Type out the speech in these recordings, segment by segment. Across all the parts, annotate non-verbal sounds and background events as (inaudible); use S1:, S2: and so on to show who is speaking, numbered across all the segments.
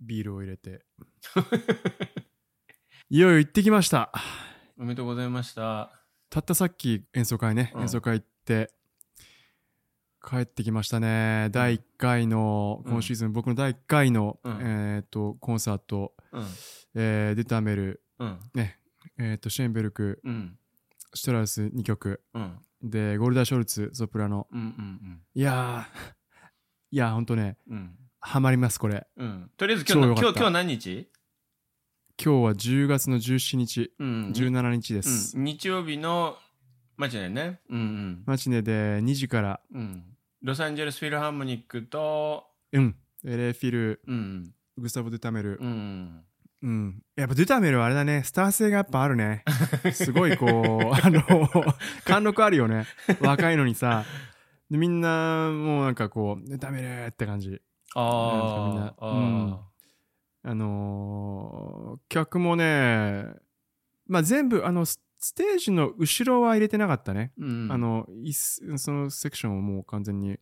S1: ビールを入れていよいよ行ってきました
S2: おめでとうございました。
S1: たったさっき演奏会ね、
S2: うん
S1: 演奏会行って帰ってきましたね第1回の
S2: うん
S1: 今シーズン、僕の第1回の、
S2: うん
S1: えー、とコンサート、
S2: うん。
S1: えーデュタメル、
S2: うん。
S1: えー、とシェーンベルク
S2: うん。
S1: シュトラウス2曲
S2: うん。
S1: でゴルダ・ショルツソプラノ
S2: うん。うん。
S1: いやーいやーほんとね
S2: うん。
S1: ハマりますこれ
S2: うん。とりあえず今日の、
S1: 超
S2: 今
S1: 良かっ
S2: 日、
S1: た
S2: 今日何日
S1: 今日は10月の17日
S2: うん。
S1: 17日で
S2: う
S1: す、
S2: ん。日曜日の、間違いないね。うん
S1: マチネで2時から
S2: うん。うん。ロサンゼルスフィルハーモニックと、
S1: うんエレフィル
S2: うん。
S1: グスタボ・デュタメル、
S2: うん。
S1: うん、やっぱデュタメルはあれだねスター性がやっぱあるねすご
S2: (laughs)
S1: いこうあの貫禄あるよね若いのにさでみんなもうなんかこう「デュタメル!」って感じ
S2: ああ。
S1: うんうん
S2: あ
S1: あのー客もねまあ全部あのスステージの後ろは入れてなかったね、
S2: ーうん
S1: あ、のいすそのセクションをもう完全に、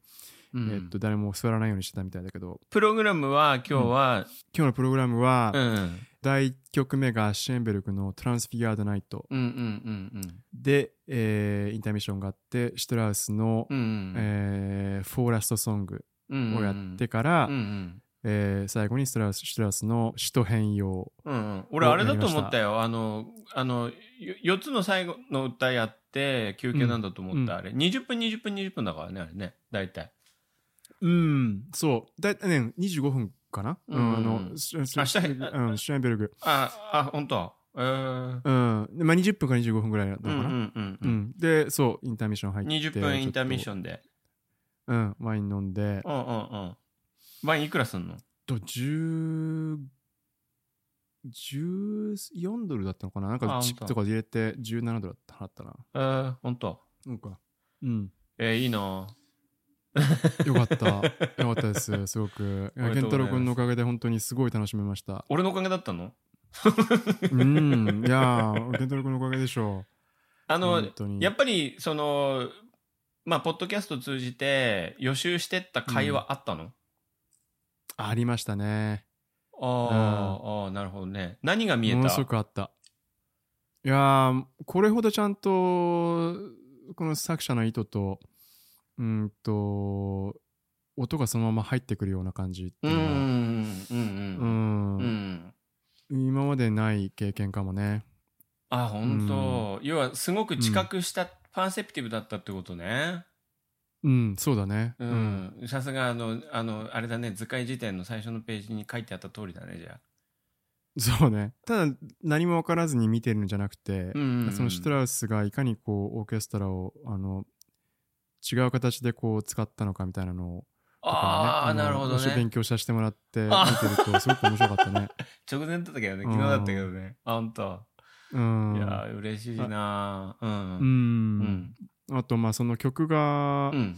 S2: うん
S1: えっと誰も座らないようにしてたみたいだけど
S2: プログラムは今日は、
S1: 今日のプログラムは、
S2: うん。うん
S1: 第1曲目がシェーンベルクの「トランスフィギュアードナイト
S2: うんうん」
S1: で、えーインターミッションがあってシュトラウスの、
S2: うん。うん。
S1: えーフォーラストソング
S2: うん
S1: をやってから、
S2: うんうん。
S1: えー最後にシュトラウスシュトラウスの「使徒変容
S2: うんうん、俺、あれだと思ったよ。あの、あの、4つの最後の歌やって、休憩なんだと思った、
S1: うん
S2: あれ。20分、20分、20分だからね、あれね、大体。」
S1: うんそうだいね25分かな、
S2: うん
S1: あのシュ
S2: あシュタイン
S1: うん、シュタインベルグ、
S2: あ、あ、本当えー、
S1: うんでまあ、20分から25分ぐらいだった
S2: うんう
S1: のかな、うん
S2: んうんうん。
S1: でそうインターミッション入って
S2: 20分インターミッシ
S1: ン、
S2: ョンで。
S1: うん、ワイン飲んで
S2: うんうんうん。ワインいくらすんの
S1: と10 14ドルだったのかななん
S2: あ
S1: か
S2: 本当
S1: チップとかで入れて17ドルだった払ったな。
S2: えー、本当
S1: なんか。うん。
S2: えー、いいな
S1: よかった。よかったです。すごく。い
S2: おめ
S1: や健
S2: でとうございます
S1: 太郎君のおかげで本当にすごい楽しめました。
S2: (laughs) 俺のおかげだったの
S1: うん。いやー、健太郎君のおかげでしょ
S2: あ
S1: う。
S2: の
S1: 本、当に。
S2: やっぱり、その、まあ、ポッドキャスト通じて予習してった会話あったの、
S1: ありましたね。
S2: あーあー、なるほどね。何が見えた
S1: ものすごくあった。いやー、これほどちゃんと、この作者の意図と、うーんと、音がそのまま入ってくるような感じって
S2: う
S1: い
S2: ん
S1: う
S2: う
S1: のはうんん
S2: うんうん
S1: 今までない経験かもね。
S2: あ本当、要はすごく知覚した、パーセプティブだったってことね
S1: うん、そうだね。
S2: う。んさすがあのあのあれだね図解辞典の最初のページに書いてあった通りだねじゃあ
S1: そうね。ただ、何も分からずに見てるんじゃなくて、
S2: うん
S1: そのシュトラウスがいかにこう、オーケストラを、あの、違う形でこう、使ったのかみたいなのを、とかね
S2: ああ
S1: の
S2: なるほど
S1: 一緒に
S2: ね
S1: 勉強させてもらって、見
S2: あ
S1: てると、すごく面白か
S2: (laughs)
S1: ったね。
S2: 直前だったけどね昨日だったけどねあ本当、
S1: うん。
S2: いやー嬉しいなーうん
S1: う。
S2: うんん
S1: あと、まあ、その曲が
S2: う、ん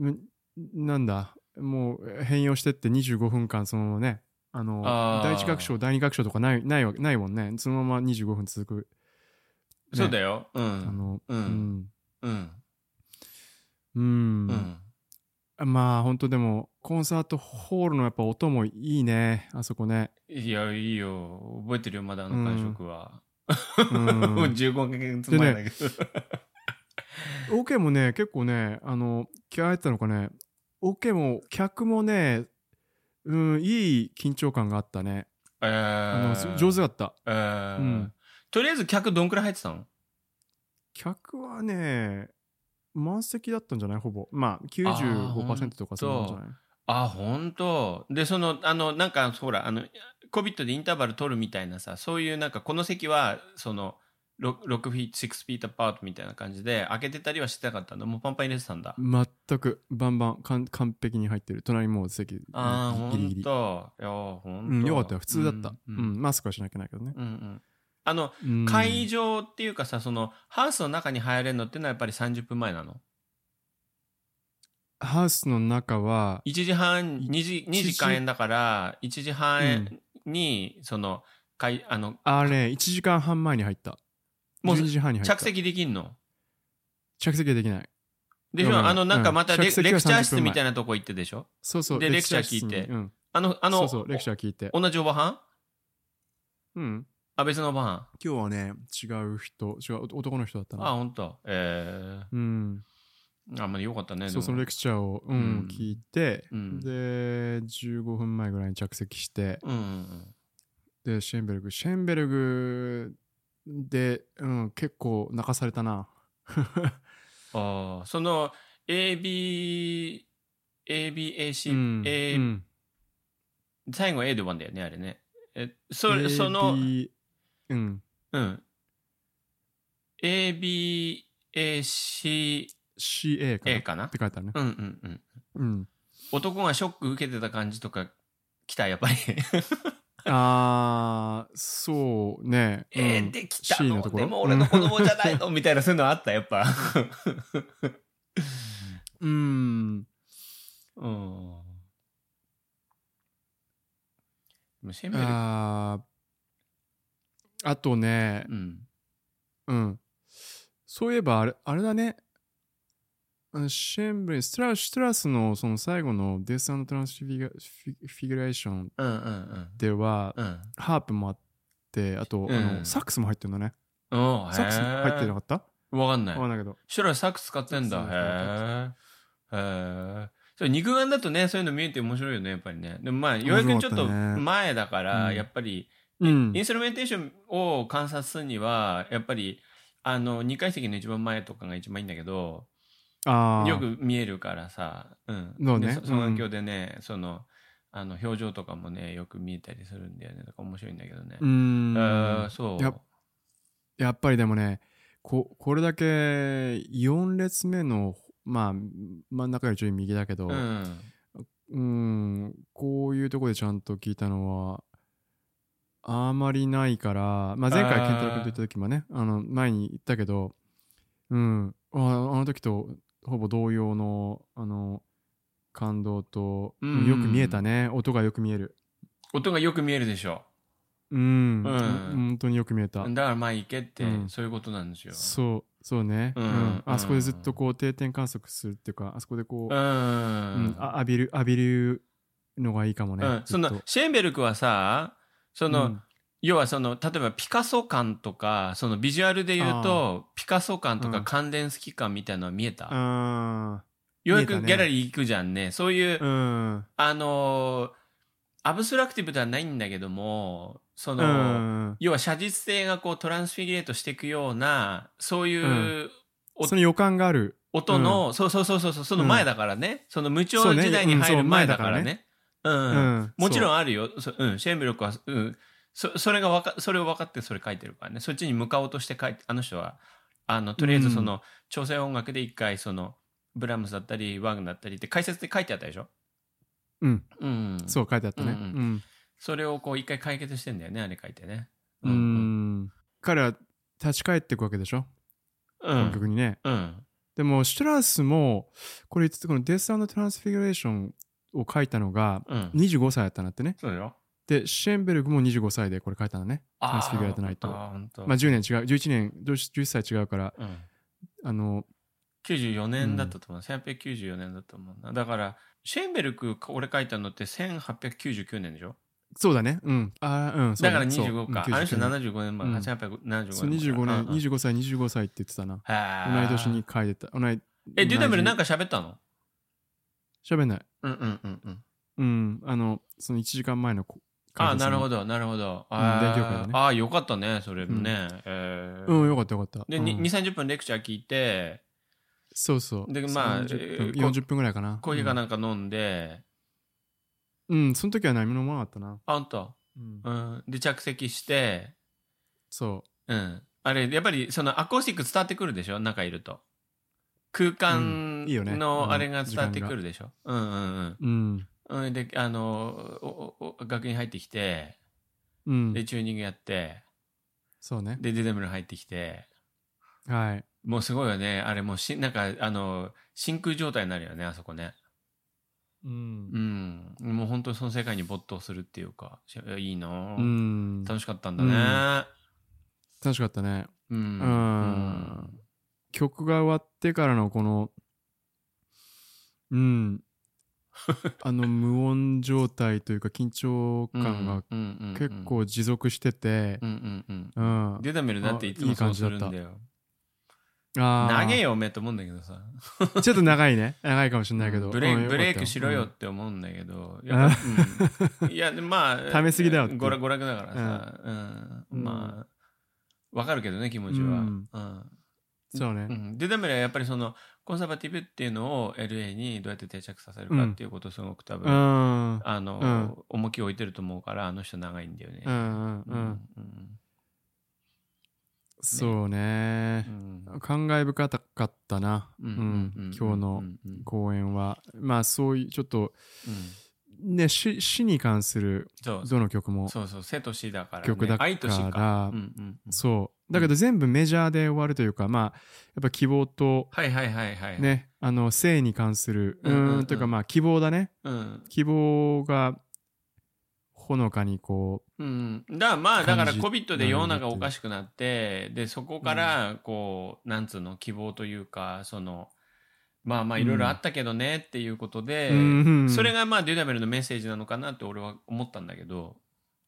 S1: うんなんだ、もう変容してって25分間、そのね、あの、
S2: あー
S1: 第一楽章、第二楽章とかないないわないもんね。そのまま25分続く。
S2: そうだよう
S1: あ
S2: ん
S1: の、
S2: う
S1: うんん。
S2: うん
S1: う。
S2: うんん
S1: まあ、本当でも、コンサートホールのやっぱ音もいいね、あそこ
S2: (laughs)
S1: ね。
S2: いやいいよ覚えてるよまだあの感触は、
S1: う。
S2: も (laughs) うん15ヶ月前だけど。
S1: OK もね、結構ね、あの、気合入ったのかね、OK も、客もね、うん、いい緊張感があったね。
S2: (laughs) え
S1: あのす
S2: ー
S1: 上手だった。
S2: えー
S1: うん
S2: とりあえず客どんくらい入ってたの
S1: 客はね、満席だったんじゃないほぼ。まあ、
S2: ほん
S1: 95%とかそんなんじゃない
S2: あ、ほんと。で、その、あの、なんか、ほら、あの、COVID でインターバル取るみたいなさ、そういうなんか、この席は、その、ろ 6, フィート、6フィートアパートみたいな感じで、開けてたりはしてなかったのもうパンパン入れてたんだ。
S1: 全くバンバン完完璧に入ってる隣もう席
S2: ああ、ほ
S1: ギリ
S2: ん
S1: ギリ
S2: と。いやー、ほんと。
S1: うん、よかったよ普通だった、
S2: う
S1: うんん
S2: うん
S1: マスクはしなきゃないけどね、
S2: うんうんあの、
S1: うん
S2: 会場っていうかさ、その、ハウスの中に入れるのってのはやっぱり30分前なの
S1: ハウスの中は
S2: 1時半2時2
S1: 一時
S2: 時開演だから1時半にその開あの
S1: あれ1時間半前に入った
S2: もう
S1: 12時半に入った
S2: 着席できんの
S1: 着席はできない
S2: でし
S1: う
S2: ょ
S1: ん
S2: あのなんかまたレ,、
S1: うん着席は
S2: レクチャー室
S1: 30
S2: みたいなとこ行ってでしょ
S1: そうそう
S2: でレクチャー
S1: 室に
S2: 聞いて
S1: うん
S2: あの、あの、
S1: そうそうレクチャー聞いて
S2: 同じおばはん
S1: うん
S2: あ、別のおばはん
S1: 今日はね違う人違う男の人だった
S2: あ、
S1: な
S2: ほんと。え
S1: うん
S2: ー、あんまりよかったね。
S1: そうそのレクチャーを、う
S2: うん
S1: ん、聞いて、
S2: うん
S1: で15分前ぐらいに着席して
S2: うんうん
S1: でシェーンベルグシェーンベルグで、うん、結構泣かされたな
S2: うん。ああ、その、AB、ABAC、
S1: うん、
S2: A
S1: うん
S2: 最後 A で終わんだよね、あれね。え、それ、
S1: AB
S2: その、
S1: うん
S2: うん。ABACA
S1: CA かな
S2: かな
S1: って書いてあるね、
S2: うんうんうん。 (laughs)
S1: うん、
S2: 男がショック受けてた感じとか来た、やっぱり。
S1: あーそうね、うん
S2: (laughs) えー、できた
S1: C
S2: の
S1: のところ
S2: でも俺の子供じゃないのみたいなそういうのあった、や
S1: (laughs)
S2: っぱ。
S1: うん
S2: うん。でもシェンベル
S1: あーあとね
S2: うん。
S1: うん。そういえばあれ、あれだね。あシェンブリン、ストラシュトラスのその最後のデストランスフィギュフィギュレーション
S2: うんうん
S1: では、
S2: うん。うん。
S1: ハープもあって、あと、あ
S2: う
S1: の
S2: ん
S1: サックスも入ってるのね。
S2: お
S1: サックス入ってなか
S2: か
S1: った
S2: わかんない
S1: わか。んないけど。
S2: シュラルサックス使ってんだ。
S1: そうそう
S2: へえ。へえ。そう肉眼だとね、そういうの見えて面白いよね、やっぱりね。でもまあ、ようやくちょっ
S1: 面白かっ
S2: と
S1: たね
S2: 前だから、
S1: うん
S2: やっぱり、
S1: うん
S2: イン。ストルメンテーションを観察するには、やっぱり、あの、2階席の一番前とかが一番いいんだけど、
S1: ああ。
S2: よく見えるからさ、うん。
S1: そうね
S2: でそその
S1: うん
S2: 環境でね、その、あの、表情とかもね、よく見えたりするんだよね。だから面白いんだけどね。
S1: うー
S2: えー
S1: ん。
S2: そう。
S1: やっやっぱりでもね、ここれだけ4列目の、まあ、真ん中よりちょい右だけど、
S2: うん。
S1: うん、こういうとこでちゃんと聞いたのは、あまりないから、まあ、前回、
S2: あー
S1: 健太郎君と行った時もね、あの前に行ったけど、うん、ああの時とほぼ同様の、あの、感動と、
S2: うん
S1: うんよく見えたね、音がよく見える。
S2: 音がよく見えるでしょ。
S1: うん、
S2: うん
S1: 本当によく見えた
S2: だ。からまあ行けって、
S1: うん
S2: そういうことなんですよ。
S1: そう、そうね、
S2: うん
S1: あそこでずっとこう定点観測するっていうか、あそこでこ
S2: う
S1: う、うん
S2: ん。
S1: あ浴びる、浴びるのがいいかもね。
S2: うんそ
S1: ずっ
S2: の
S1: と
S2: シェーンベルクはさ、その、
S1: うん
S2: 要はその例えばピカソ感とかそのビジュアルで言うとピカソ感と
S1: う
S2: か
S1: ん
S2: 関連好き感みたいのは見えた、
S1: あ
S2: ようやく
S1: 見えたね
S2: ギャラリー行くじゃんねそういう、
S1: ーうん。
S2: あのーアブストラクティブではないんだけどもその、
S1: うん、
S2: 要は写実性がこうトランスフィギュレートしていくようなそうい
S1: う
S2: う、
S1: ん
S2: お
S1: その予感がある。
S2: 音の、そうそうそうそうそうその前だからね、その無調の時代に入
S1: そうねうん
S2: る
S1: そう
S2: 前だから
S1: 前
S2: ねうん、もちろんあるよ。そうん、シェーンベルクは、うん、そそれがわか、それを分かってそれ書いてるからね。そっちに向かおうとして書いて、あの人は、あの、とりあえずその、朝鮮音楽で一回、その、ブラームスだったり、ワーグナーだったりって解説で書いてあったでしょ
S1: うん、
S2: うん。。
S1: そうう書いてあったね。
S2: う
S1: うん。
S2: うんそれをこう一回解決してんだよね、あれ書いてね。
S1: うん。彼は立ち返っていくわけでしょ、
S2: う。
S1: うん曲にね。
S2: うん。
S1: でも、シュトラスも、これ言ってたこのデストトランスフィギュレーションを書いたのが、
S2: うん。
S1: 25歳だったなってね。
S2: そうだよ。
S1: で、シェーンベルグも25歳でこれ書いたのね。
S2: あー
S1: トランスフィギュレートナイト
S2: あー、ほんと。
S1: まあ10年違う、11年、11歳違うから、
S2: うん。
S1: あの、
S2: 94年だったと思う。1894年だったと思うな。だから、シェーンベルク、俺書いたのって1899年でしょ
S1: そうだね。うん。あーうん、そう
S2: だ
S1: ね
S2: から
S1: そう
S2: 25か。
S1: うん
S2: あの人
S1: 99
S2: 75年前、
S1: うん
S2: 1875年
S1: そう、25年、
S2: 25
S1: 25歳、25歳って言ってたな。同
S2: 同
S1: い年に。書いてた。同い、
S2: え、デュダメルなん
S1: か
S2: か喋ったの
S1: 喋んない。
S2: うんうんうんうん。
S1: うん、あの、その1時間前のこ
S2: あーなるほ
S1: ど。
S2: ど、なるほど。あ
S1: 勉強会だ
S2: ー
S1: ね
S2: あー、よかったね、それもね。えー
S1: うん、よかったよかった。
S2: で、
S1: うん
S2: に2、30分レクチャー聞いて、
S1: そうそう。
S2: でまあ
S1: 30分
S2: えーこ
S1: 40分ぐらいかな。
S2: コーヒーかなんか飲んで、
S1: うん、うん、その時は何も飲まなかったな。
S2: あんた、
S1: うん
S2: うん。で、着席して、
S1: そ
S2: うん。あれ、やっぱりそのアコースティック伝わってくるでしょ中いると。空間
S1: うんいいよね
S2: のあれが
S1: うん
S2: 伝わってくるでしょ、うんうんうん。
S1: う。うん。
S2: うん、で、あの、おおお楽屋に入ってきて、
S1: うん
S2: で、。チューニングやって、
S1: そうね。
S2: で、デデムル入ってきて、
S1: はい。
S2: もうすごいよね。あれもうし、なんか、あの、真空状態になるよね、あそこね。
S1: うん
S2: う。ん。もう本当にその世界に没頭するっていうか、しいいなぁ、
S1: うん。
S2: 楽しかったんだね。
S1: 楽しかったね。
S2: うん。
S1: う
S2: うん
S1: ん。
S2: (laughs)
S1: 曲が終わってからのこの、うん。あの無音状態というか緊張感が
S2: が
S1: 結、構持続してて
S2: うんうんうん
S1: う
S2: うんん、デュダメルだっていつ
S1: あい
S2: も
S1: い
S2: そ
S1: 感
S2: う
S1: じ
S2: す
S1: だっ
S2: るん
S1: た
S2: だよ。
S1: あ
S2: (laughs) 長え
S1: よ
S2: よ、おめえと思うんだけどさ。
S1: ちょっと長いね長いかもしれないけど
S2: ブレイ
S1: うん
S2: ク
S1: よか
S2: ブ
S1: った
S2: レイクしろよって思うんだけど、やっ
S1: (laughs)
S2: ぱうんいや、でまあ、
S1: ためすぎだよって
S2: 娯楽娯楽だからさ、うん
S1: うん
S2: まあ、わかるけどね、気持ちは。
S1: う
S2: うんん
S1: そう
S2: う
S1: ね
S2: んデュダメルはやっぱりその、コンサバティブっていうのを LA にどうやって定着させるかっていうことをすごく多
S1: う
S2: 分、
S1: ん
S2: あの、重きを置いてると思うから、あの人長いんだよね
S1: うんう。んう
S2: うんんうん
S1: そうね
S2: うん
S1: 感慨深かったなう
S2: うん
S1: ん
S2: うんうん
S1: 今日の
S2: うんうん
S1: 公演はまあそういうちょっと
S2: うん
S1: ね死死に関する
S2: そう
S1: どの曲も
S2: そうそう、生と死だから、ね。
S1: 曲だから
S2: 愛と死か。うんうんうん
S1: そうだけど全部メジャーで終わるというかまあやっぱ希望と
S2: はいはいはいはい。。
S1: ねあの性に関するう
S2: うんうんうん
S1: ーんというかまあ希望だね
S2: うん。
S1: 希望がほのかにこ
S2: うん。だからまあ、だから
S1: 感じ
S2: COVID で世の中おかしくなって、で、そこから、こう、なんつうの、希望というか、その、まあまあ、いろいろあったけどねっていうこと
S1: う
S2: で、
S1: うん
S2: それがまあ、デュダメルのメッセージなのかなって俺は思ったんだけど、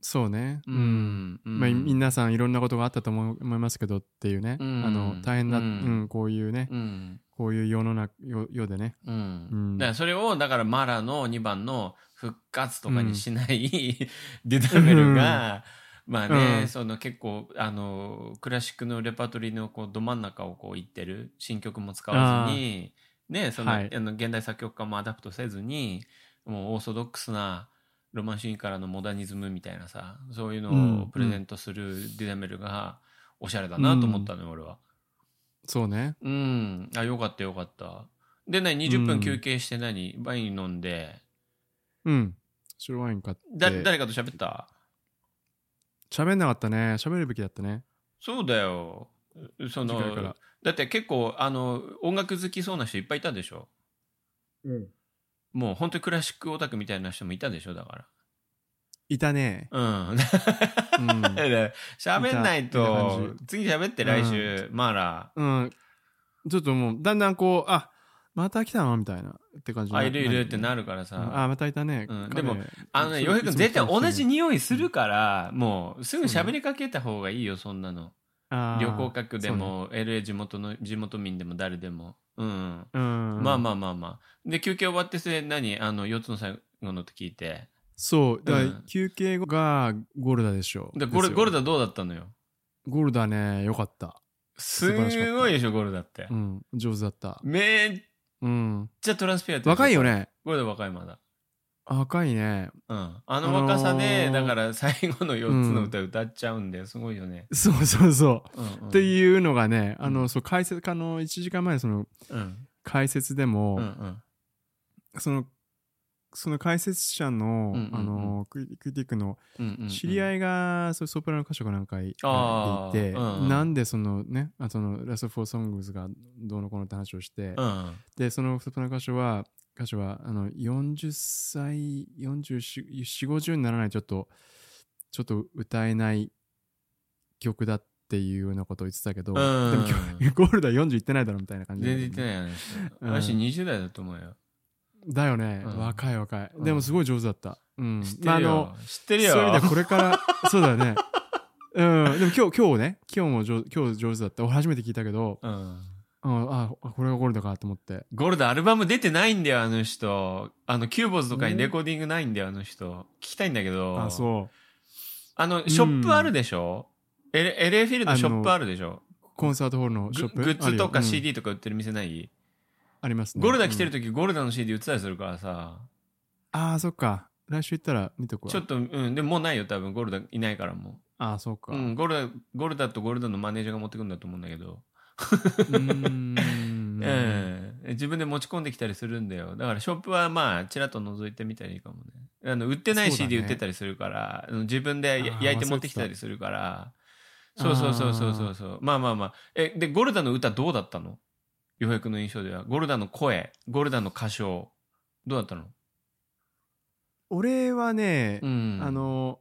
S1: そうね
S2: う
S1: うん
S2: ん。
S1: まあ、
S2: な、
S1: 皆さんいろんなことがあったと思う思いますけどっていうね、
S2: うん
S1: あの大変だ、う
S2: うんん
S1: こういうね、
S2: うん。
S1: こういう世の中世世でね、
S2: う
S1: うん
S2: ん、だからそれをだからマラの2番の復活とかにしない、 (laughs) デュダメルが、まあね、
S1: うん
S2: その結構あのクラシックのレパートリーのこうど真ん中をこういってる新曲も使わずに、ねその
S1: はい
S2: あの現代作曲家もアダプトせずにもうオーソドックスなロマンシーンからのモダニズムみたいなさそういうのをプレゼントするデュダメルがおしゃれだなと思ったのよ、俺は。
S1: そうね、
S2: うん。あ、よかったよかった。で、何 ?20
S1: うん
S2: 分休憩して何、ワイン飲んで。
S1: うん、白ワイン買って、
S2: だ、誰かと喋った
S1: 喋んなかったね、喋るべきだったね、
S2: そうだよ。
S1: 次
S2: その
S1: 回から、
S2: だって結構、あの、音楽好きそうな人いっぱいいたでしょもう本当にクラシックオタクみたいな人もいたでしょだか
S1: いたね、
S2: ら。 (laughs) うん。 (laughs)
S1: うん、
S2: 喋んない
S1: いたいた
S2: と
S1: 感、
S2: 次喋って来週、マーラ
S1: うん、ちょっともうだんだんこう、あまた来たのみたいなって感じ
S2: あ、いるいるってな
S1: る
S2: るから
S1: あ、うん
S2: さ。
S1: あまたいたね、
S2: うん
S1: 彼
S2: でも、あの
S1: そ
S2: ね、
S1: う
S2: 洋平
S1: い
S2: 君
S1: つも
S2: 絶対
S1: 来た人
S2: 同じ匂いするから、もうすぐ喋りかけた方がいいよ、そんなの。
S1: あー
S2: 旅行客でも、LA 地元の地元民でも誰でも、うん
S1: そうねうん、
S2: まあまあまあまあで休憩終わってそれ何あの4つの最後のって聞いて
S1: そう、だから
S2: うん
S1: 休憩後がゴルダでしょ。
S2: でゴルゴル
S1: ダ。
S2: ダどうだったのよ
S1: ゴルダね、よかった。
S2: す
S1: 晴らしかった
S2: ごいでしょゴルダって、
S1: うん、上手だった。
S2: めっ
S1: うん。
S2: ちゃトランスペアって
S1: 若いよね。
S2: ゴルダ若いまだ
S1: 若いね。
S2: うん、あの若さで、
S1: あのー
S2: だから最後の4つの歌歌っちゃうんで、すごいよね、
S1: そうそうそう。
S2: うんうん、
S1: っていうのがね、あ
S2: う
S1: の、
S2: ん
S1: そう、解説、あの、1時間前のその
S2: うん、
S1: 解説で
S2: うんう
S1: も、
S2: ん
S1: その、その解説者の
S2: うんうんう、ん
S1: あの、クリクリティックの
S2: うんうん、
S1: 知り合
S2: い
S1: いが、そうソプラノ歌手かなんかい
S2: あー
S1: いて、
S2: うんうん
S1: なんでそのね、あその、ラスト・フォー・ソングズがどうのこうのって話をして
S2: う、ん
S1: でそのソプラノ歌手は歌手はあの40歳4450にならないとちょっとちょっと歌えない曲だっていうようなことを言ってたけど、
S2: うん
S1: でも (laughs) 今日ゴールドは40いってないだろみたいな感じ
S2: 全然言って
S1: い
S2: ないよね、
S1: うん
S2: 私20代だと思うよ
S1: だよね、
S2: うん
S1: 若い若い、
S2: うん
S1: でもすごい上手だった、うん、
S2: 知って
S1: まああ
S2: るよ、
S1: の
S2: 知ってるよ
S1: そういう意味ではこれから
S2: (laughs)
S1: そうだよねうん、でも今日今日ね今日も上今日上手だった俺初めて聞いたけど、
S2: うん
S1: うん、あこれがゴールドかと思って
S2: ゴールドアルバム出てないんだよ、あの人。あの、キューボーズとかにレコーディングないんだよ、あの人。聞きたいんだけど。
S1: あそう
S2: あの、ショップあるでしょ、L- ?LA フィールドショップあるでしょ
S1: コンサートホールのショ
S2: グ
S1: ップ
S2: グッズと
S1: あ
S2: か
S1: るようん
S2: CD とか売ってる店ない、
S1: ありますね。
S2: ゴルダ来てる
S1: と、
S2: 時、ゴルダの CD 売ってたりするからさ。
S1: ああ、そっか。来週行ったら見とくわ。
S2: ちょっと、うん、でももうないよ、多分、ゴルダいないからも
S1: ああ、そうか。
S2: う。うん、ゴルダ、ゴルダとゴルダのマネージャーが持ってくんだと思うんだけど。
S1: うーん
S2: (laughs) ええ自分で持ち込んできたりするんだよだからショップはまあちらっと覗いてみたらいいかもねあの売ってない
S1: そうだね
S2: CD 売ってたりするから、あの自分でや
S1: あー
S2: 焼いて持ってきたりするから
S1: 忘れ
S2: そ
S1: て
S2: う
S1: た
S2: そうそうそうそうそうまあまあまあえでゴルダの歌どうだったの予約の印象ではゴルダの声ゴルダの歌唱どうだったの
S1: 俺はね、
S2: うん
S1: あの、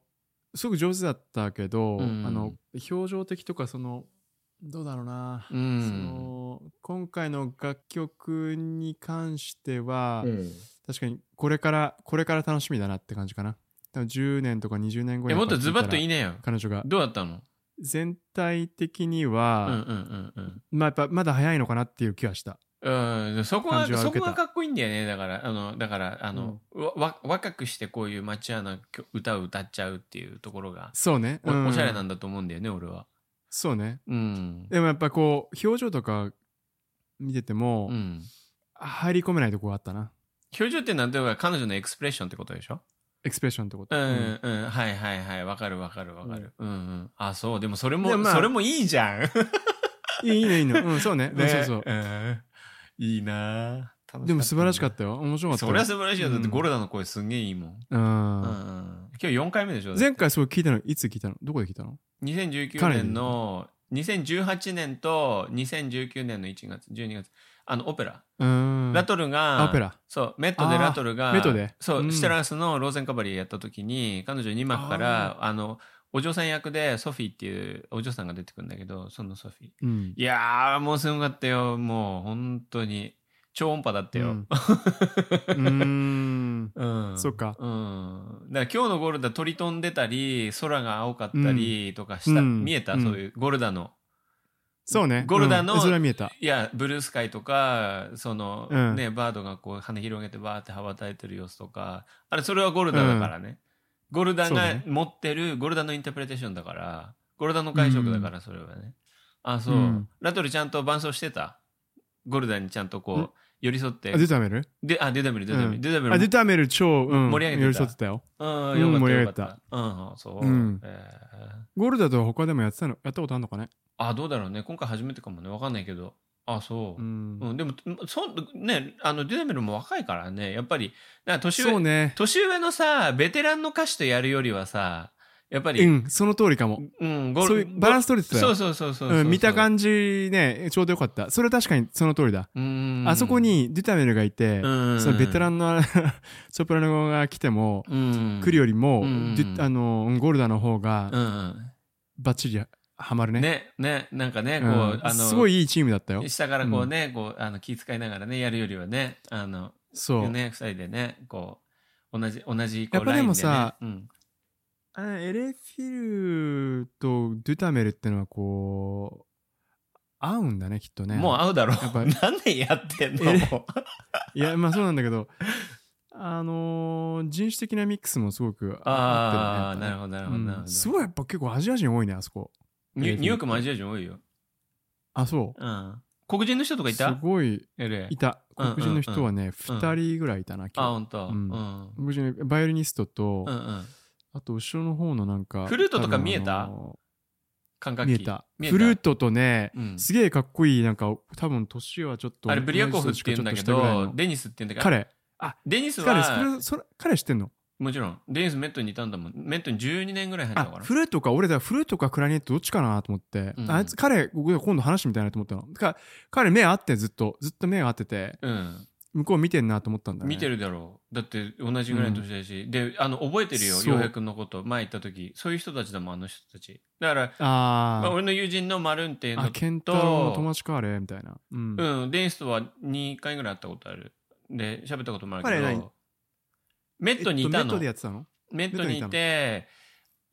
S1: すごく上手だったけど、
S2: うん
S1: あの、表情的とか、その、どうだろうな、
S2: う
S1: そ
S2: ん
S1: の、の今回の楽曲に関しては、
S3: うん
S1: 確かにこれからこれから楽しみだなって感じかな多分10年とか20年後
S2: え
S1: に
S2: もっとズバッと言い
S1: い
S2: なよ
S1: 彼女が
S2: どうだったの
S1: 全体的に
S2: うんうん
S1: は、
S2: うん
S1: まあやっぱまだ早いのかなっていう気はした
S2: うんうんそこは
S1: 感じは
S2: そ
S1: 受け
S2: こ
S1: た
S2: がかっこいいんだよねだからあのだからあの、わわ若くしてこういうマチュアな曲歌を歌っちゃうっていうところが
S1: そうね
S2: お,、
S1: うん
S2: しゃれなんだと思うんだよね俺は
S1: そうね
S2: うん
S1: でもやっぱこう表情とか見てても、
S2: うん
S1: 入り込めないとこがあったな
S2: 表情ってなんていうか彼女のエクスプレッションってことでしょ
S1: エクスプレッションってこと、
S2: うん
S1: うん
S2: うん、はいはいはいわかるわかるわかる、うん、うんあそうでもそれ
S1: で
S2: も、
S1: もまあ
S2: それもいいじゃ
S1: (laughs)
S2: んね
S1: いいのいいのうんそうねうんそうそ
S2: (laughs)
S1: う、
S2: んいいなあ楽しかったな
S1: でも素晴らしかったよ面白かった
S2: それは素晴らしいよだって
S1: うん
S2: ゴルダの声すんげえいいもん、
S1: うん
S2: うんうん今日4回目でしょだって
S1: 前回そう聞いたのいつ聞いたのどこで聞いたの
S2: 2019年の2018年と2019年の1月12月あのオペラ、
S1: うーん
S2: ラトルが
S1: あオペラ
S2: そうメットで
S1: あー
S2: ラトルが
S1: メットで
S2: そう、
S1: うん
S2: シテランスのローゼンカバリーやった時に彼女2幕からあのお嬢さん役でソフィーっていうお嬢さんが出てくるんだけどそのソフィー
S1: うん
S2: いやーもうすごかったよもう本当に超音波だったよ、
S1: うんうーん
S2: (laughs) うん
S1: そっか
S2: うん。だから今日のゴルダ鳥飛んでたり、空が青かったりとかした、
S1: うん
S2: 見えた、
S1: うん
S2: そういうゴルダの。
S1: そうね
S2: (laughs) ゴルダの
S1: うんそれは見えた
S2: いや、ブルースカイとか、その、
S1: うん
S2: ね、バードがこう羽広げてバーって羽ばたいてる様子とか、あれそれはゴルダだからね。ゴルダ
S1: そうだ
S2: が
S1: ね
S2: 持ってる、ゴルダのインタープレテーションだから、ゴルダの解釈だからそれはね。あ、そう、
S1: うん
S2: ラトルちゃんと伴奏してたゴルダにちゃんとこ
S1: うん
S2: う、寄り添って
S1: あ、デュターメル
S2: で、あ、デュダメル、デュダメ
S1: う
S2: ル、
S1: ん
S2: デュダメル
S1: あデュターメル超、うん、
S2: 盛り上げてた
S1: 寄り添ってたよ
S2: う、
S1: うんん
S2: よかった
S1: 盛り
S2: よ
S1: 上
S2: か
S1: が
S2: っ
S1: ったた。
S2: うん、そう。
S1: うん
S2: えー
S1: ゴルダと他でもやってたのやったことあるのかね
S2: あ、どうだろうね。今回初めてかもね。わかんないけど。あ、そうう。うん
S1: ん、
S2: でも、そんね、あの、デュダメルも若いからね、やっぱり、なんか年
S1: そ
S2: 上、
S1: うね
S2: 年上のさ、ベテランの歌手とやるよりはさ、やっぱ
S1: う
S2: り、
S1: んその通りかも
S2: うん、ゴル
S1: そういうバランス取れてたよ
S2: そうそうそうそうそうう。
S1: ん見た感じねちょうどよかったそれは確かにその通りだ
S2: じ。うん。
S1: あそこ、にデュターメルがいて
S2: うん、
S1: そのベテラ
S2: ン、
S1: ンの (laughs) ソプラノが来ても
S2: うん、
S1: 来るよりも
S2: うん
S1: デュあのゴルダの方が
S2: うん。
S1: バッチリはまるね
S2: ね、ね、なんかね、こう、
S1: うん
S2: あの、
S1: すごいいいチームだったよ
S2: 下からこうね、こう、あの、気遣いながらね、やるよりはね、あの、
S1: そう、
S2: ね、二人でね、こう、同じ、同じ、こ
S1: や
S2: う、
S1: っぱ
S2: ラ
S1: で
S2: インで、ね、
S1: もさ
S2: うん、
S1: あのエレフィルとデュタメルってのはこう合うんだねきっとね
S2: もう会うだろ
S1: やっ
S2: う。
S1: ぱ
S2: (laughs) 何年やってんの
S1: え
S2: もう
S1: いやまあそうなんだけどあのー人種的なミックスもすごく
S2: ああ、なる
S1: ほ
S2: ほど、なるほど、なるほど。
S1: すごいやっぱ結構アジア人多いねあそこ
S2: ニュニューヨークもアジア人多いよ。
S1: あそう
S2: うん。黒人の人とかい
S1: す
S2: た
S1: ごい
S2: ?LA
S1: い。た
S2: うんうんう
S1: 黒
S2: ん
S1: 人の人はね、
S2: うん
S1: 2人ぐらいいたな
S2: あ、
S1: 今日
S2: 本当。う。
S1: うんん
S2: うん
S1: 黒人のバイオリニストと、
S2: うん。
S1: あと後ろの方のなんか
S2: フルートとか
S1: 多分
S2: 見えた
S1: あの
S2: 感
S1: ー
S2: 覚
S1: 見えたフルートとね、
S2: うん
S1: すげえかっこいいなんか多分年はちょっと
S2: あれ、ブリアコフって言うんだけ
S1: 同じ人しかちょっと下ぐらい
S2: ど
S1: の、
S2: デニスって言うんだけど、
S1: 彼
S2: デニス
S1: 彼そ
S2: は
S1: れ、それ彼知ってんの
S2: もちろん、デニスメットにいたんだもん。メットに12年ぐらい入ったか
S1: あ
S2: ら。
S1: フルートか俺だフルートかクラリネットどっちかなと思って、
S2: うん
S1: あいつ彼僕今度話してみたいなと思ったのか彼目合ってずっとずっと目が合ってて
S2: うん。
S1: 向こう見てんなと思ったんだ、ね、
S2: 見てるだろうだって同じぐらいの年だし、であの覚えてるよ
S1: そう
S2: 洋平君のこと前行った時そういう人たちだもんあの人たちだから、
S1: あ
S2: まあ、
S1: ー、
S2: 俺の友人のマルーンっていう
S1: あ
S2: の
S1: ケンタロウの友達かあれみたいなうん、
S2: うんデニスとは2回ぐらい会ったことあるで喋ったこともある
S1: 彼
S2: け
S1: 何
S2: どメットにいた
S1: えっとメッ
S2: の、
S1: トでやってたの
S2: メットに
S1: メッ
S2: い
S1: トにいたの
S2: て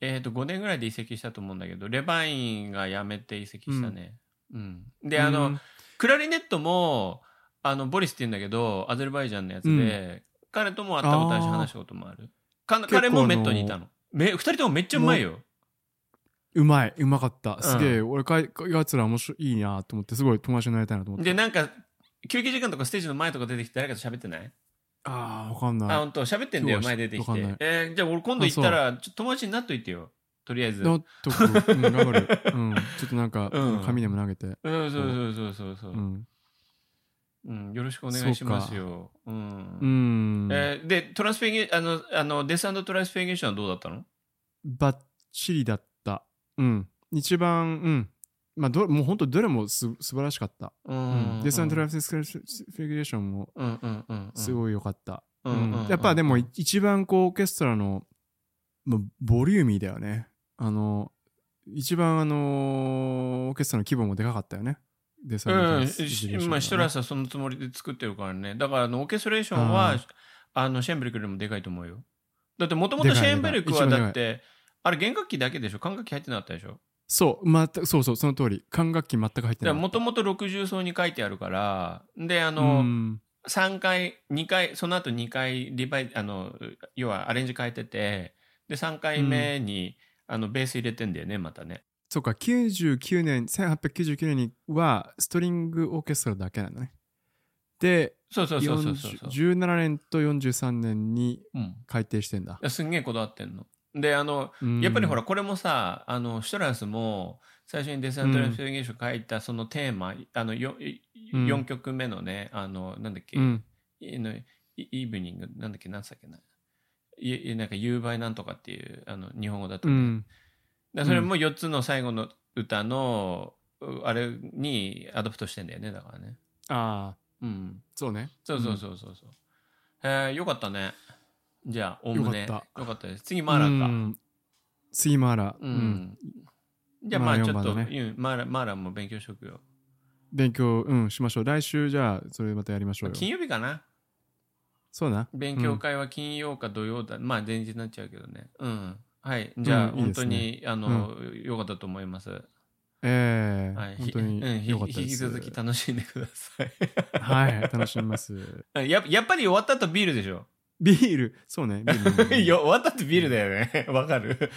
S2: えっ、と5年ぐらいで移籍したと思うんだけどレバインが辞めて移籍したね、うんであの、
S1: うん
S2: クラリネットもあのボリスって言うんだけどアゼルバイジャンのやつで、
S1: うん
S2: 彼とも会ったことあるし
S1: あー
S2: 話したこともあるか
S1: 構
S2: 彼もメットにいたのめ二人ともめっちゃうまいよ
S1: うまいうまかったすげえ、俺かやつら面白いいいなと思ってすごい友達になりたいなと思って
S2: でなんか休憩時間とかステージの前とか出てきて誰かと喋ってない、
S1: ああわかん
S2: あ
S1: ない
S2: 本当喋ってんだよ
S1: 今日は
S2: 前出てき
S1: わかんな
S2: て
S1: い
S2: えーじゃあ俺今度行ったらちょっと友達になっといてよとりあえずうん
S1: なっとく、うん、頑張る、うん、ちょっとなんか、
S2: うん
S1: 紙でも投げて、
S2: そうそうそうそうそうう、うん
S1: ん
S2: よろしくお願いしますようん、
S1: うん
S2: えーでトランスフィゲあのあのデストランスフィゲーションはどうだったの
S1: バッチリだったうん一番うんまあどもう本当どれもす素晴らしかった、う
S2: う
S1: ん
S2: ん
S1: デスアントラフィスクレフィギュレーションも
S2: うんうんうんうん
S1: すごい良かった、
S2: うんうんうん
S1: やっぱでもい一番こうオーケストラの、まあ、ボリューミーだよねあの一番あのオーケストラの規模もでかかったよねでさ、
S2: うん、
S1: シ
S2: しまあ、シトラスはそのつもりで作ってるからね。だから、あの、オーケストレーションは、
S1: あ
S2: あの、シェーンベルクよりもでかいと思うよ。だって、もともと
S1: でか
S2: シ
S1: い
S2: ェーンベルク
S1: でか
S2: はい
S1: 一番
S2: だって、あれ、弦楽器だけでしょ管楽器入ってなかったでしょ
S1: そう、また、そうそう、その通り。管楽器全く入って
S2: だ
S1: ない。
S2: から、もともと60層に書いてあるから、で、あ
S1: う
S2: の、
S1: ん、
S2: 3回、2回、その後2回、リバイ、あの、要はアレンジ変えてて、で、3回目に、あの、ベース入れてんだよね、またね。
S1: そうか、99年、1899年には、ストリングオーケストラだけなんだね。で、
S2: そうそうそうそうそう
S1: 40。17年と43年に
S2: うん
S1: 改定してんだ
S2: い。や。すんげえこだわってんの。で、あの、やっぱりほら、これもさ、あの、シュトラスも、最初にデセントランスフィゲーション書いたそのテーマ、あの、よ
S1: うん
S2: 4曲目のね、あの、なんだっけ、
S1: うん、うん、
S2: いのイイーブニング、なんだっけ、なんつったっけな。いいなんか、夕売なんとかっていう、あの、日本語だと
S1: う
S2: ね、
S1: ん、
S2: だからそれも4つの最後の歌の、うあれにアドプトしてんだよね、だからね。
S1: ああ、
S2: うん。
S1: そうね。
S2: そうそうそうそうそう。えーよかったね。じゃあ、おおむ
S1: よ
S2: ね。よ
S1: か
S2: か
S1: っ
S2: ったです。次、マーラーか。
S1: うん次マーラ、
S2: う
S1: うんん、
S2: じゃあま
S1: まあ
S2: あ
S1: 四
S2: ちょっ
S1: 番
S2: と、
S1: だね
S2: うんマーラマーラも勉強しとくよ。
S1: 勉強、うん、しましょう。来週、じゃあ、それまたやりましょうよ。
S2: 金曜日かな
S1: そうだな。
S2: 勉強会は金曜か土曜だ。まあ前日になっちゃうけどね。うん。はい。じゃあ
S1: うんいい
S2: 本
S1: で
S2: 当
S1: す
S2: に、
S1: ね
S2: あの、良かったと思います。は
S1: ええ
S2: い。
S1: 本当
S2: うん
S1: に
S2: ひ
S1: 良かったです。
S2: 引き続き楽しんでくださ
S1: はい、楽しみます。
S2: (laughs) い。ややっぱり終わった後ビールでしょ。
S1: ビール、そうね、ビール。
S2: いや終わった後ビール (laughs) だよね。 (laughs) わかる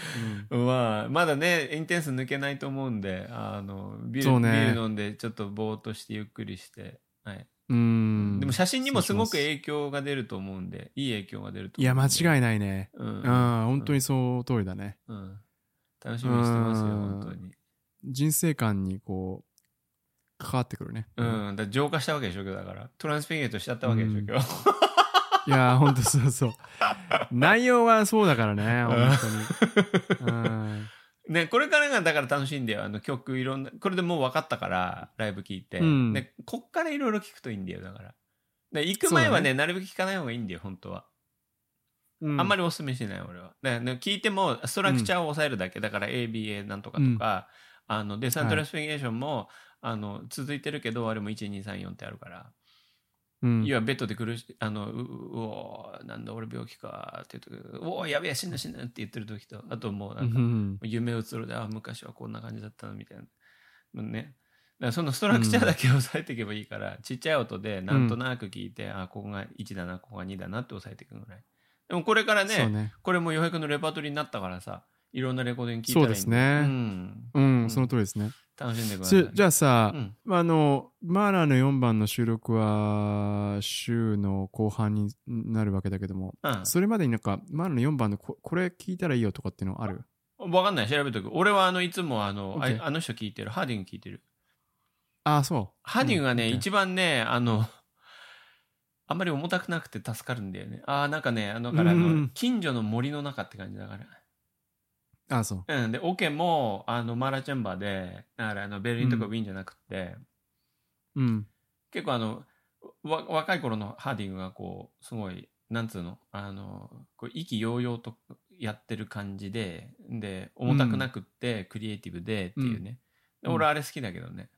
S1: うん
S2: まあ、まだね、インテンス抜けないと思うんで、あの、ビー
S1: そ
S2: ル、
S1: うね
S2: ビール飲んで、ちょっとぼーっとしてゆっくりして。はい。
S1: うん。
S2: でも写真にもすごく
S1: そうし
S2: 影響が出ると思うんで、いい影響が出ると
S1: いや、間
S2: い。
S1: 違いないね。
S2: う。
S1: うんん、本当にその通りだね。
S2: うん。楽しみにしてますよ、
S1: うん
S2: 本当に。
S1: 人生観にこう、関わってくるね。
S2: うん。だから浄化したわけでしょ、今日だから。トランスフィギュエートしちゃったわけでしょ、
S1: うん
S2: 今日。
S1: いや、本当そうそう。内容はそうだからね、本当に。うん
S2: (laughs) ね、これからがだから楽しいんだよ。あの曲いろんな、これでもう分かったから、ライブ聞いて。
S1: うん
S2: ね、こっからいろいろ聞くといいんだよ、だから。で行く前は
S1: そうだ
S2: ね、なるべく聞かない方がいいんだよ、本当は。
S1: うん。
S2: (laughs) あんまりおすすめしない俺は。だからね聞いてもストラクチャーを抑えるだけ、だから ABA なんとかとか、あのデサントラスフィゲーションも、あの続いてるけどあれも1234ってあるから、
S1: うん
S2: いやベッドで苦しあのうううおーなんだ俺病気かって言うとうおーやべえ死ぬ死ぬって言ってる時とあともうな
S1: うん
S2: か、
S1: ん
S2: 夢うつろであ昔はこんな感じだったのみたいな。もうねだからそのストラクチャーだけ押さえていけばいいから、ちっちゃい音でなんとなく聞いて、あここが1だなここが2だなって押さえていくぐらいでもこれから
S1: そうね。
S2: これも余白のレパートリーになったからさ、いろんなレコーディング聞いたらいいんだ
S1: そうですね
S2: うん。
S1: うん、その通りですね。
S2: 楽しんでください。
S1: そじゃあさ
S2: う、ん、
S1: まああの、マーラーの4番の収録は週の後半になるわけだけども、
S2: うん
S1: それまでになんか、マーラーの4番のここれ聞いたらいいよとかっていうのある
S2: わかんない、調べとく。俺はあの、いつもあの、あ
S1: OK
S2: あの人聞いてる、ハーディング聞いてる。
S1: ああ、そう。
S2: ハーディングがね、
S1: うん
S2: 一番ね、あの、あんまり重たくなくて助かるんだよね。ああ、なんかね、あの、だからあの
S1: うん
S2: 近所の森の中って感じだか
S1: ああ、そう。
S2: ら。うん。で、オケも、あの、マーラチェンバーで、だからあの、ベルリンとかウィーンじゃなくて、
S1: うん。
S2: 結構あのわ若い頃のハーディングがこうすごいなんつうのあのこう意気揚々とやってる感じでで重たくなくって、クリエイティブでっていうね、
S1: うん
S2: 俺あれ好きだけどね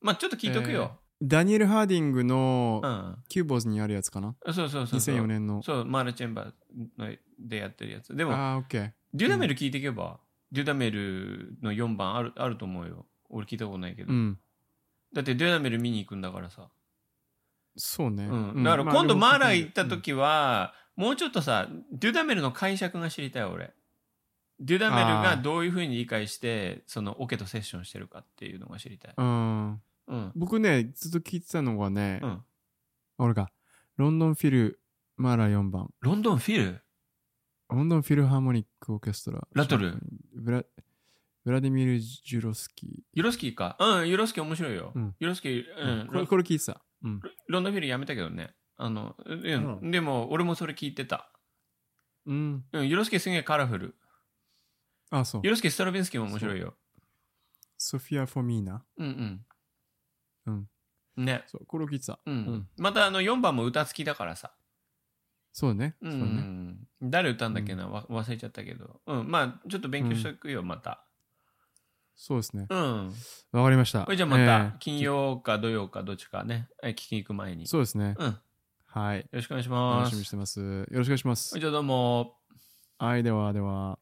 S2: まあちょっと聞いとくよ、
S1: ダニエル・ハーディングの
S2: うん
S1: キューボーズにあるやつかな
S2: そうそうそうそう
S1: ?2004 年の。
S2: そうマーラチェンバーのでやってるやつでも
S1: ああ、オッケー。
S2: デュダメル聞いていけば、デュダメルの4番あるあると思うよ俺聞いたことないけど、
S1: うん。
S2: だってデュダメル見に行くんだからさ
S1: そうね。
S2: う、
S1: うんん
S2: だから今度
S1: ま
S2: マ
S1: あ
S2: ーラ行った時は、もうちょっとさデュダメルの解釈が知りたい俺デュダメル
S1: あ
S2: が
S1: ー
S2: どういうふうに理解してそのオケとセッションしてるかっていうのが知りたい、
S1: うん。
S2: うん
S1: 僕ね、ずっと聞いてたのがね
S2: う、ん、
S1: 俺が、ロンドン・フィル、マーラー4番。
S2: ロンドンフィル
S1: ロンドンフィルハーモニックオーケストラ。
S2: ラトル
S1: ブラ。ブラディミル・ジュロスキ
S2: ユロスキーかうんユロスキー面白いよ、
S1: うん
S2: ユロスキー、
S1: ー。
S2: うん
S1: これ
S2: ロ
S1: これ聞いてた。うん。
S2: ロンドンフィルやめたけどねあの、うん
S1: う
S2: でも俺もそれ聞いてた、
S1: うん。
S2: うん、ユロスキーすげえカラフル
S1: あ、そう
S2: ユ。ロスキーストラビンスキーも面白いよ
S1: ソフィア・フォミーナ。
S2: うんう
S1: うんん
S2: ね
S1: そう、これを聞いてた。
S2: うん、
S1: うん
S2: またあの4番も歌付きだからさ
S1: そうね。
S2: う
S1: そうね。
S2: ん、誰歌うんだっけな、わ忘れちゃったけど、うん、まあちょっと勉強しとくよ、また
S1: そうですね。
S2: うん。
S1: わかりました。
S2: これじゃあま
S1: え
S2: た
S1: え、
S2: 金曜か土曜かどっちかね、え聞きに行く前に。
S1: そうですね。
S2: うん。よ
S1: はい。
S2: ろしくお願いし
S1: 楽
S2: ま
S1: しみに
S2: す
S1: し。てます。よろしくお願いします
S2: じ。ゃあどうも。
S1: はい、ではでは。